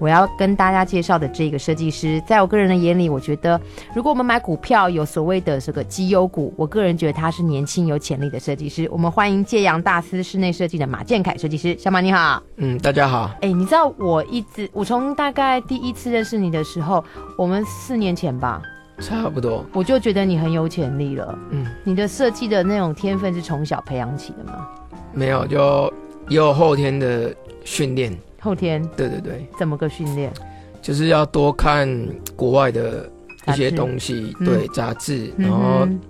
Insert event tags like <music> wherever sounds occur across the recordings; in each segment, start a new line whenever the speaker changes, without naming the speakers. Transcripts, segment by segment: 我要跟大家介绍的这个设计师，在我个人的眼里，我觉得如果我们买股票有所谓的这个绩优股，我个人觉得他是年轻有潜力的设计师。我们欢迎揭阳大师室内设计的马建凯设计师，小马你好。
嗯，大家好。
哎，你知道我一直，我从大概第一次认识你的时候，我们四年前吧，
差不多，
我就觉得你很有潜力了。
嗯，
你的设计的那种天分是从小培养起的吗？
没有，就也有后天的训练。
后天
对对对，
怎么个训练？
就是要多看国外的一些
杂志
东西，
嗯
对杂志，
嗯
然后
哼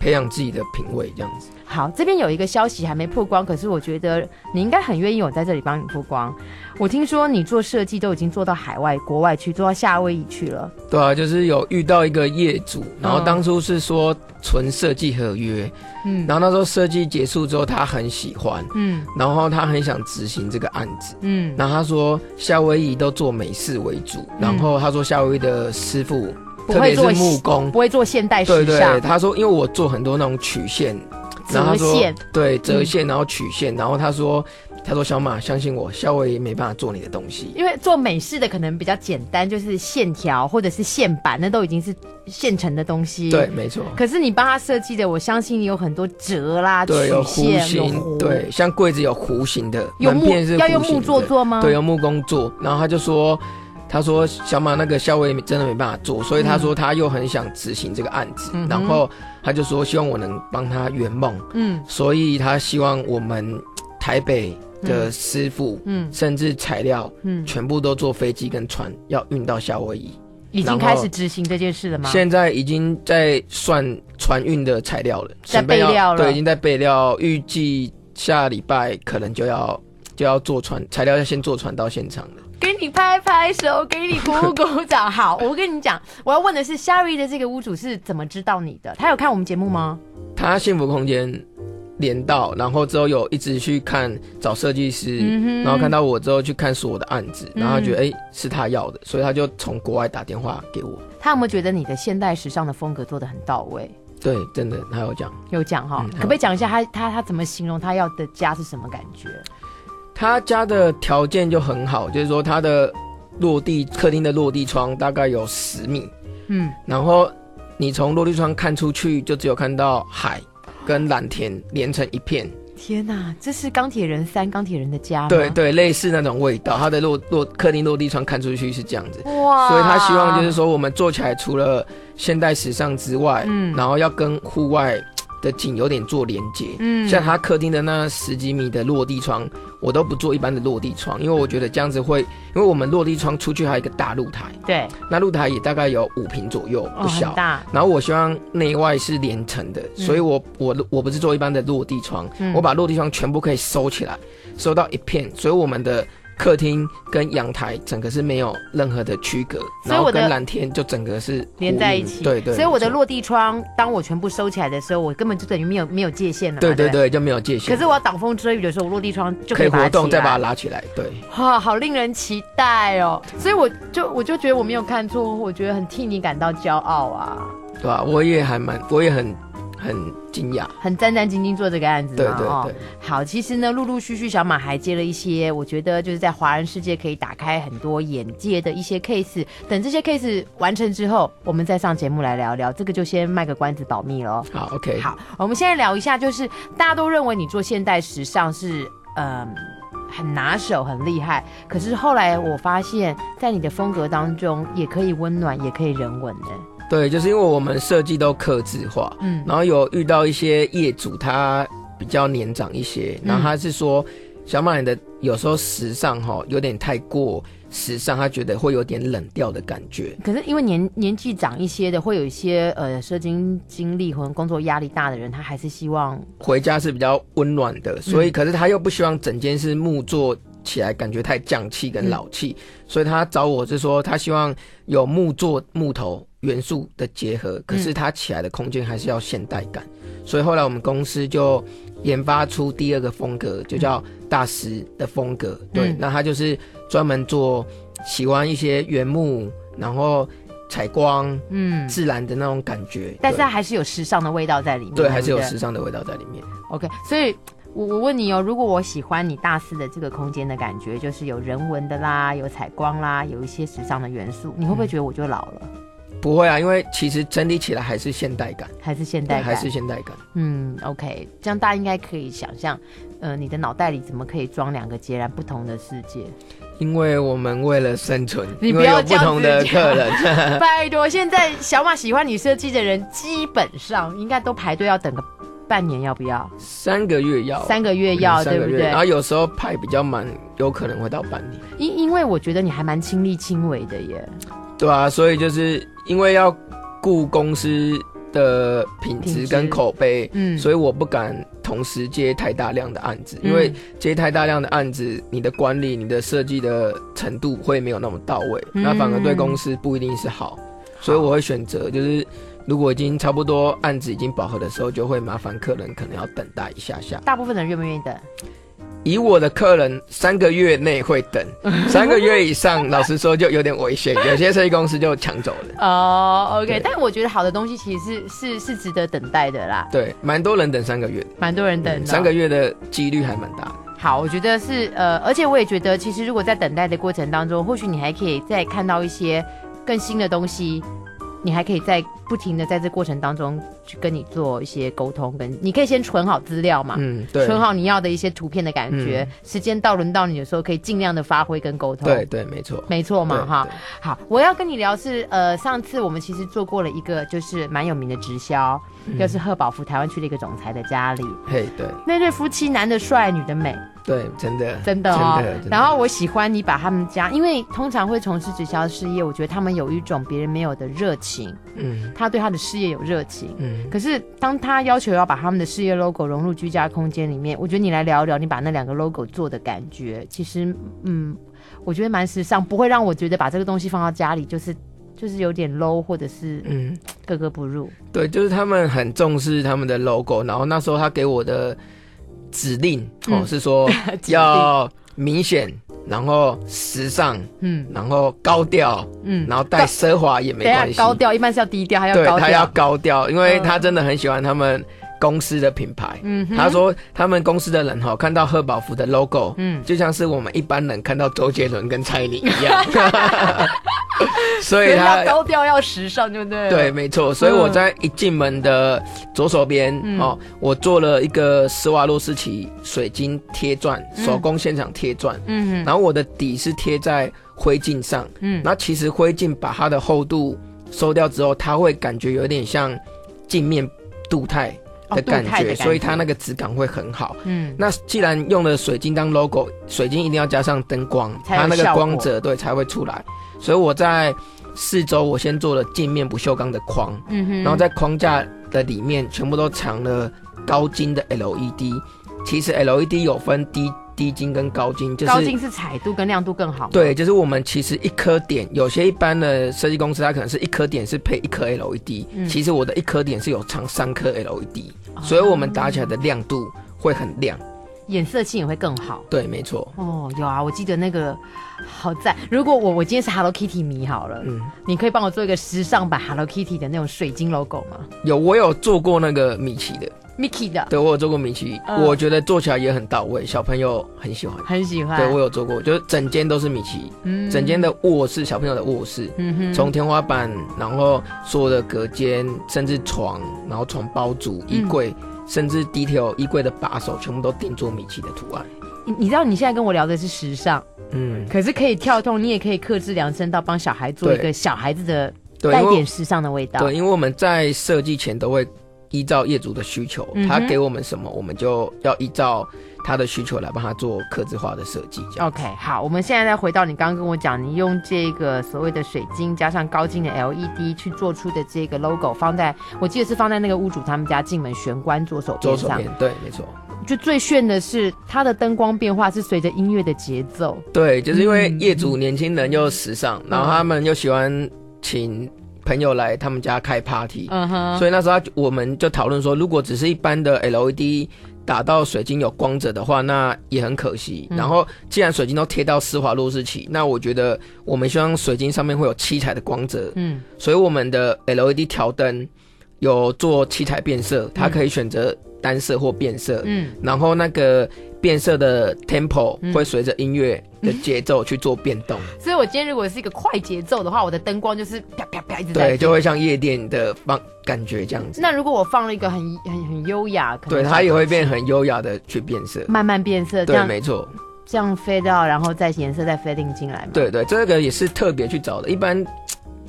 培养自己的品味，这样子。
好，这边有一个消息还没曝光，可是我觉得你应该很愿意我在这里帮你曝光。我听说你做设计都已经做到海外、国外去，做到夏威夷去了。
对啊，就是有遇到一个业主，然后
嗯
当初是说纯设计合约，
嗯
然后那时候设计结束之后，他很喜欢，
嗯
然后他很想执行这个案子。
嗯，
然后他说夏威夷都做美式为主，然后他说夏威夷的师傅，
不
特
会
别是
做
木工，
不会做现代
对
哎时
对，
尚
他说因为我做很多那种曲线，然
折
后他说
线，嗯
对折线，然后曲线，然后他说他说小马相信我，夏威夷没办法做你的东西，
因为做美式的可能比较简单，就是线条或者是线板，那都已经是现成的东西。
对，。没错，
可是你帮他设计的，我相信你有很多折啦、曲
对，有弧
线、有
形，
弧，
对，像柜子有弧形的，
用
门
木
片是
要用
弧形
木做嗯
的
做吗？
对，用木工做，然后他就说。他说：“小马那个夏威夷真的没办法做，所以他说他又很想执行这个案子，
嗯嗯哼
然后他就说希望我能帮他圆梦，
嗯
所以他希望我们台北的师傅，
嗯
甚至材料
嗯，
全部都坐飞机跟船要运到夏威夷，
已经
然
开
后
始执行这件事了吗？
现在已经在算船运的材料了，
在
准备要
备料了
对，已经在备料，预计下礼拜可能就要就要坐船，材料要先坐船到现场了。
给你拍拍手，给你鼓鼓掌。好，我跟你讲，我要问的是，夏瑞的这个屋主是怎么知道你的？他有看我们节目吗？
嗯他幸福空间连到，然后之后有一直去看找设计师，
嗯哼
然后看到我之后去看所有的案子，
嗯
然后他觉得哎、诶是他要的，所以他就从国外打电话给我。
他有没有觉得你的现代时尚的风格做的很到位？
对，真的，他有讲，
有讲哈、
嗯
可不可以讲一下他他他怎么形容他要的家是什么感觉？
他家的条件就很好，就是说他的落地客厅的落地窗大概有十米，
嗯，
然后你从落地窗看出去，就只有看到海跟蓝天连成一片，
天哪，这是钢铁人三钢铁人的家吗？
对，对，类似那种味道。他的落落客厅落地窗看出去是这样子，
哇！
所以他希望就是，说，我们做起来除了现代时尚之外，
嗯
然后要跟户外的景有点做连接。
嗯
像他客厅的那十几米的落地窗，我都不做一般的落地窗，因为我觉得这样子会，因为我们落地窗出去还有一个大露台，
对，
那露台也大概有五平左右，
哦，
不小。
很大，
然后我希望内外是连成的，
嗯
所以我我我不是做一般的落地窗，
嗯
我把落地窗全部可以收起来，收到一片，所以我们的客厅跟阳台整个是没有任何的区隔，
所以
然后
我的
跟蓝天就整个是
连在
呼
一
应
起。
对对，
所以我的
没错
落地窗，当我全部收起来的时候，我根本就等于没有没有界限了嘛。
对
对
对
不
对就没有界限，
可是我要挡风遮雨的时候，我落地窗就
可以
把它
活动
起
再把它
来
拉起来，对，
哇，好令人期待哦！所以我就我就觉得我没有看错，我觉得很替你感到骄傲啊，
对吧？我也还蛮，我也很很惊讶，
很战战兢兢做这个案子嘛。
对对
哦
对，
好，其实呢，陆陆续续小马还接了一些，我觉得就是在华人世界可以打开很多眼界的一些 case。等这些 case 完成之后，我们再上节目来聊聊，这个就先卖个关子保密喽。
好，OK，
好，我们现在聊一下，就是大家都认为你做现代时尚是嗯很拿手、很厉害，可是后来我发现，在你的风格当中，也可以温暖，也可以人文的。
对，就是因为我们设计都刻字化，
嗯
然后有遇到一些业主，他比较年长一些，
嗯
然后他是说，小马你的有时候时尚哈有点太过时尚，他觉得会有点冷调的感觉。
可是因为年年纪长一些的，会有一些呃社经经历或者工作压力大的人，他还是希望
回家是比较温暖
嗯
的，所以可是他又不希望整间是木做起来感觉太匠气跟老气，
嗯
所以他找我是说他希望有
嗯
木做木头元素的结合，可是他起来的空间还是要现代感，所以后来我们公司就研发出第二个风格，就叫大师的风格。对，
嗯
那他就是专门做喜欢一些原木，然后采光
嗯，
自然的那种感觉。
但是
对
它嗯还是有时尚的味道在里面，
对，还是有
不
时尚的味道在里面。
OK，所以我我问你哦，如果我喜欢你大四的这个空间的感觉，就是有人文的啦，有采光啦，有一些时尚的元素，你会不
嗯
会觉得我就老了，
不会啊，因为其实整理起来还是现代感，
还是现
对，
代
还
感？
是现代感。
嗯，OK，这样大家应该可以想象，呃，你的脑袋里怎么可以装两个截然不同的世界？
因为我们为了生存，
你
因
不
为
要
有不同的客
啊
人，
拜托，现在小马喜欢你设计的人，基本上应该都排队要等个半年，要不要？
<laughs> 三个月要
三个月
嗯
要，
三
对
个
不
月
对
然？后有时候派比较满，有可能会到半年。
因因为我觉得你还蛮亲力亲为的耶，
对啊，所以就是因为要顾公司的品
品质
质跟口碑，
嗯，
所以我不敢同时接太大量的案子，
嗯
因为接太大量的案子，你的管理、你的设计的程度会没有那么到位，
嗯
那反而对公司不一定是好，所以我会选择就是。如果已经差不多案子已经饱和的时候，就会麻烦客人可能要等待一下下。
大部分人愿不愿意等？
以我的客人，三个月内会等，
<laughs>
三个月以上，老实说就有点危险，有些设计公司就抢走了。
哦，OK，
对
但我觉得好的东西其实是是是值得等待的啦，
对，蛮多人等三个月的，
蛮多人等、
嗯
啊
三个。月的几率还蛮大的。
好，我觉得是呃，而且我也觉得，其实如果在等待的过程当中，或许你还可以再看到一些更新的东西，你还可以在不停的在这过程当中去跟你做一些沟通，跟你可以先存好资料嘛。
嗯，对，嗯
存好你要的一些图片的感觉，时间到轮到你的时候，可以尽量的发挥跟沟通。
对，对，没错。
没错嘛，
对
哈。
对
好，我要跟你聊是，呃，上次我们其实做过了一个就是蛮有名的直销，
嗯
就是贺宝福台湾区的一个总裁的家里，
嘿，对
那对夫妻男的帅，女的美，
对，真的，
真的哦。
真的。真的
然后我喜欢你把他们家，因为通常会从事直销事业，我觉得他们有一种别人没有的热情，
嗯
他对他的事业有热情。
嗯，
可是，当他要求要把他们的事业 logo 融入居家空间里面，我觉得你来聊一聊你把那两个 logo 做的感觉，其实，嗯，我觉得蛮时尚，不会让我觉得把这个东西放到家里就是就是有点 low 或者是
嗯，
格格不入。
对，就是他们很重视他们的 logo，然后那时候他给我的指令哦、
嗯 <laughs>
是说要明显，然后时尚，
嗯
然后高调，
嗯，
然后带奢华也没
等一下
关系。
高调，一般是要低调，还要
对
高
他
调。
要高调，因为
嗯
他真的很喜欢他们公司的品牌。
嗯哼
他说他们公司的人哈、哦看到贺宝福的 logo，
嗯
就像是我们一般人看到周杰伦跟蔡依林一
<laughs>
样，所以他
要高调，要时尚，对不对？
对，，没错。所以我在一进门的左手边、
嗯
哦，我做了一个施华洛世奇水晶贴钻，
嗯
手工现场贴钻，
嗯哼，
然后我的底是贴在灰烬上，
嗯
那其实灰烬把它的厚度收掉之后，它会感觉有点像镜面镀钛
哦
的感
镀
觉，
钛的感
所以它那个质感会很好。
嗯
那既然用了水晶当 logo，水晶一定要加上灯光，
才有
它那个
效果
光泽对才会出来。所以我在四周我先做了镜面不锈钢的框，
嗯哼，
然后在框架的里面全部都藏了高晶的 LED。其实 LED 有分低低晶跟高晶，就
高
是
精是彩度跟亮度更好。
对，就是我们其实一颗点，有些一般的设计公司它可能是一颗点是配一颗 LED，、
嗯哦
其实我的一颗点是有藏三颗 LED，、所以我们打起来的亮度会很亮。
颜色性也会更好。
对，没错。
哦，有啊，我记得那个好赞。如果我我今天是 Hello Kitty 迷好了，
嗯，
你可以帮我做一个时尚版 Hello Kitty 的那种水晶 logo 吗
有我有做过那个米奇的，
？Mickey 的
对我有做过米奇，
嗯
我觉得做起来也很到位，小朋友很喜欢。
很喜欢。
对我有做过，就是整间都是米奇，
嗯
整间的卧室，小朋友的卧室，
嗯哼
从天花板，然后所有的隔间，甚至床，然后床包组、衣柜，
嗯
甚至 detail 衣柜的把手，全部都定做米奇的图案。
你你知道你现在跟我聊的是时尚，
嗯，
可是可以跳动，你也可以克制良声到帮小孩做一个
对
小孩子的
对，
带
因
点
为
时尚的味道。
对，因为我们在设计前都会依照业主的需求，
嗯哼
他给我们什么，我们就要依照他的需求来帮他做刻字化的设计。这样，
OK，好，我们现在再回到你刚刚跟我讲，你用这个所谓的水晶加上高晶的 LED 去做出的这个 logo，放在我记得是放在那个屋主他们家进门玄关左手
左
边
手
上，
边，对，没错。
就最炫的是它的灯光变化是随着音乐的节奏，嗯
对，就是因为业主年轻人又时尚，然后他们又喜欢请朋友来他们家开 party，、
嗯哼，
所以那时候他就我们就讨论说，如果只是一般的 LED 打到水晶有光泽的话，那也很可惜。
嗯
然后既然水晶都贴到施华洛世奇，那我觉得我们希望水晶上面会有七彩的光泽，
嗯
所以我们的 LED 调灯有做七彩变色，它可以选择单色或变色。
嗯
然后那个变色的 tempo 会随着音乐的节奏去做变动，
所以我今天如果是一个快节奏的话，我的灯光就是啪啪啪一直在
对，就会像夜店的方感觉这样子。
那如果我放了一个很很很优雅，可能
对，它也会变很优雅的去变色。
慢慢变色，这
对，
样
没错，
这样飞到，然后再颜色再 fading 进来嘛。，
对对，这个也是特别去找的。一般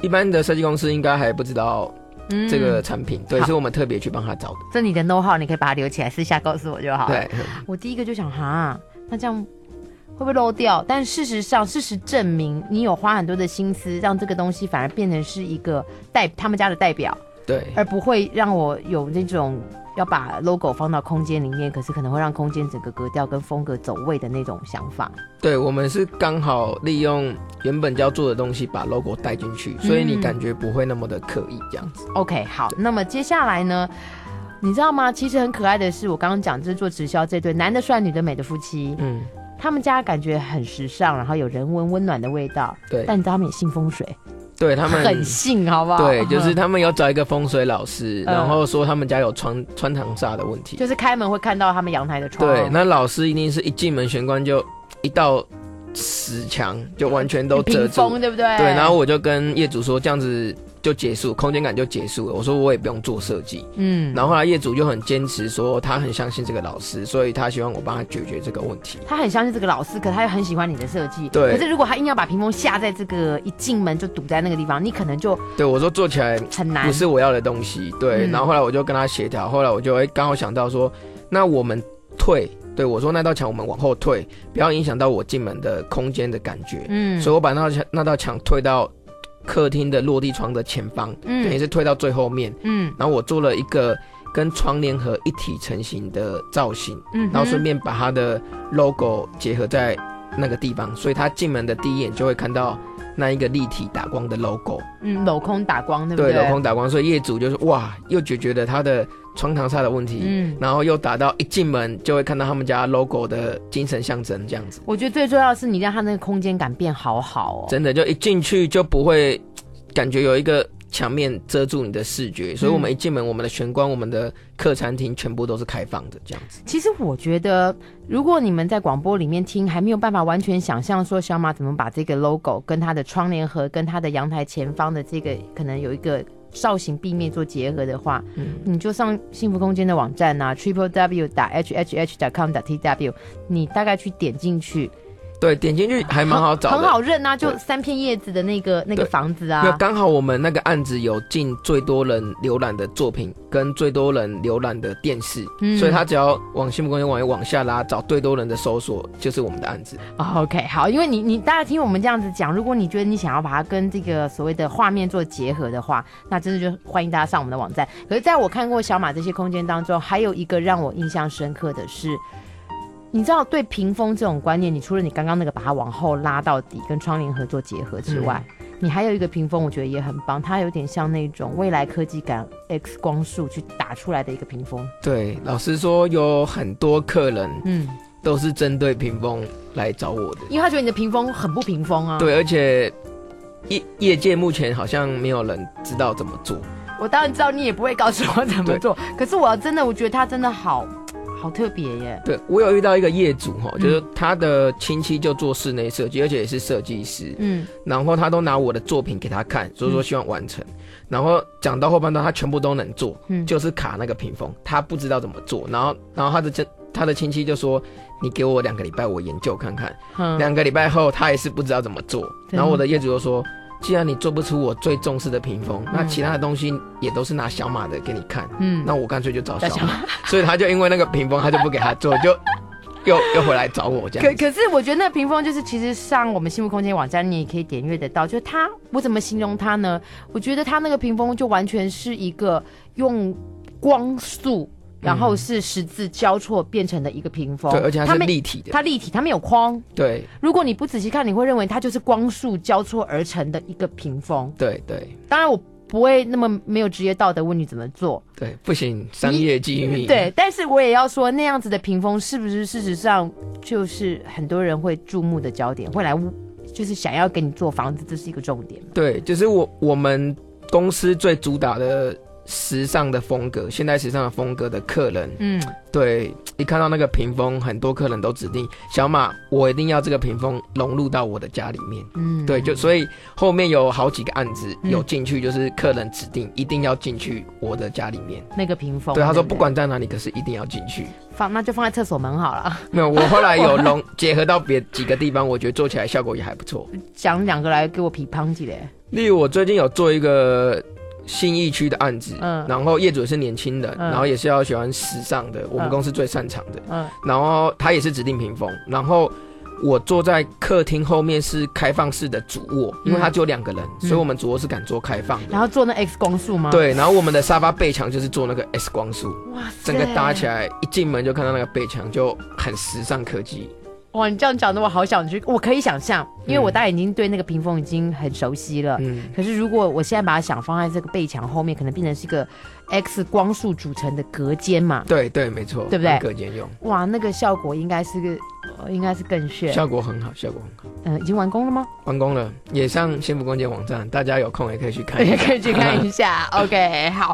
一般的设计公司应该还不知道
嗯
这个产品，对，
好
是我们特别去帮他找的。
这你的 know how 你可以把它留起来，私下告诉我就好了。
对，
我第一个就想，哈，那这样会不会漏掉？但事实上，事实证明，你有花很多的心思，让这个东西反而变成是一个代他们家的代表，
对，
而不会让我有那种要把 logo 放到空间里面，可是可能会让空间整个格调跟风格走位的那种想法。
对，我们是刚好利用原本就要做的东西把 logo 带进去，所以你
嗯
感觉不会那么的刻意这样子。
OK，好，那么接下来呢？你知道吗？其实很可爱的是，我刚刚讲，就是做直销这对男的帅、女的美的夫妻，
嗯，
他们家感觉很时尚，然后有人文温暖的味道。
对
但你知道他们也信风水，
对他们
很信，好不好？
对，就是他们有找一个风水老师，
嗯
然后说他们家有穿穿堂煞的问题。
<laughs> 就是哦开门会看到他们阳台的窗。
对，那老师一定是一进门玄关就一道石墙，就完全都遮
屏
住。
风，对不哎对？
对，然后我就跟业主说这样子就结束，空间感就结束了。我说我也不用做设计。
嗯，
然后后来业主就很坚持说他很相信这个老师，所以他希望我帮他解决这个问题。
他很相信这个老师，可他又很喜欢你的设计。
对
可是如果他硬要把屏风下在这个一进门就堵在那个地方，你可能就
对我说做起来
很难。
不是我要的东西。对，
嗯
然后后来我就跟他协调，后来我就哎刚好想到说，那我们退，对我说那道墙我们往后退，不要影响到我进门的空间的感觉。
嗯
所以我把那道墙那道墙退到客厅的落地窗的前方，
嗯
等于是退到最后面。
嗯
然后我做了一个跟窗帘盒一体成型的造型，
嗯哼，
然后顺便把它的 logo 结合在那个地方，所以他进门的第一眼就会看到那一个立体打光的 logo。
嗯镂空打光，对不
对，
对？
镂空打光，所以业主就是哇，又解决了他的窗堂煞的问题，
嗯
然后又打到一进门就会看到他们家 logo 的精神象征这样子，
我觉得最重要的是你让他那个空间感变好好哦。
真的就一进去就不会感觉有一个墙面遮住你的视觉，
嗯
所以我们一进门，我们的玄关、我们的客餐厅全部都是开放的这样子。
其实我觉得，如果你们在广播里面听，还没有办法完全想象说小马怎么把这个 logo 跟它的窗帘盒、跟它的阳台前方的这个可能有一个造型壁面做结合的话，你就上幸福空间的网站啊，triple w 打 h h h com 打 t w，你大概去点进去，
对，点进去还蛮好找的，
很好认啊，就
对
三片叶子的那个那个
对
房子
因为
啊，
刚好我们那个案子有进最多人浏览的作品，跟最多人浏览的电视，
嗯
所以他只要往新闻公园网页往下拉，找最多人的搜索，就是我们的案子。
哦 OK，好，因为你你大家听我们这样子讲，如果你觉得你想要把它跟这个所谓的画面做结合的话，那真的就欢迎大家上我们的网站。可是，在我看过小马这些空间当中，还有一个让我印象深刻的是，你知道对屏风这种观念，你除了你刚刚那个把它往后拉到底，跟窗帘合作结合之外，你还有一个屏风，我觉得也很棒，它有点像那种未来科技感 X 光束去打出来的一个屏风。
对，老实说，有很多客人
嗯，
都是针对屏风来找我的。
因为他觉得你的屏风很不屏风啊。
对，而且业业界目前好像没有人知道怎么做。
我当然知道你也不会告诉我怎么做，可是我真的我觉得它真的好好特别耶。
对我有遇到一个业主
嗯
哈，就是他的亲戚就做室内设计，而且也是设计师，
嗯，
然后他都拿我的作品给他看，所以说希望完成。然后讲到后半段，他全部都能做，
嗯
就是卡那个屏风，他不知道怎么做。然后，然后他的亲他的亲戚就说：“你给我两个礼拜，我研究看看。”
嗯
两个礼拜后，他也是不知道怎么做。
真的
然后我的业主又说：“既然你做不出我最重视的屏风，那其他的东西也都是拿小马的给你看，
嗯
那我干脆就找
找
小
小
马。”所以他就因为那个屏风，他就不给他做，就又又回来找我这
可
样子。
可是我觉得那屏风就是，其实上我们幸福空间网站你也可以点阅得到。就它，我怎么形容它呢？我觉得它那个屏风就完全是一个用光速，然后是十字交错变成的一个屏风。
对，而且它
它
是
没
立体的。
它立体，它没有框。
对
如果你不仔细看，你会认为它就是光速交错而成的一个屏风。
对对
当然我不会那么没有职业道德问你怎么做。
对，不行，商业机密。
对，但是我也要说，那样子的屏风是不是事实上就是很多人会注目的焦点，会来就是想要给你做房子，这是一个重点。
对，就是我我们公司最主打的时尚的风格，现代时尚的风格的客人，
嗯，
对，一看到那个屏风，很多客人都指定小马，我一定要这个屏风融入到我的家里面。
嗯
对，就所以后面有好几个案子
嗯
有进去，就是客人指定一定要进去我的家里面。
那个屏风。
对，他说
对
不管在哪里，可是一定要进去。
放，那就放在厕所门好了。
没有，我后来有融结合到别几个地方，我觉得做起来效果也还不错。
讲两个来给我批判几嘞。
例如我最近有做一个新义区的案子，
嗯
然后业主也是年轻人，
嗯
然后也是要喜欢时尚的，我们
嗯
公司最擅长的，
嗯
然后他也是指定屏风，然后。我坐在客厅后面是开放式的主卧，因为他只有两个人，
嗯
所以我们主卧是敢做开放的。
然后做那 X 光束吗？，
对，然后我们的沙发背墙就是做那个 S 光束，
哇塞，
整个搭起来，一进门就看到那个背墙，就很时尚科技。
哇！你这样讲的，我好想去，我可以想象，因为我大概已经对那个屏风已经很熟悉了。
嗯，
可是如果我现在把它想放在这个背墙后面，可能变成是一个 X 光束组成的隔间嘛，
对对，没错，
对不对
当隔间用，
哇，那个效果应该是个，呃应该是更炫。
效果很好，效果很好。
嗯、已经完工了吗？
完工了，也上幸福空间网站，大家有空也可以去看一
也
下。
可以去看一下。OK，好，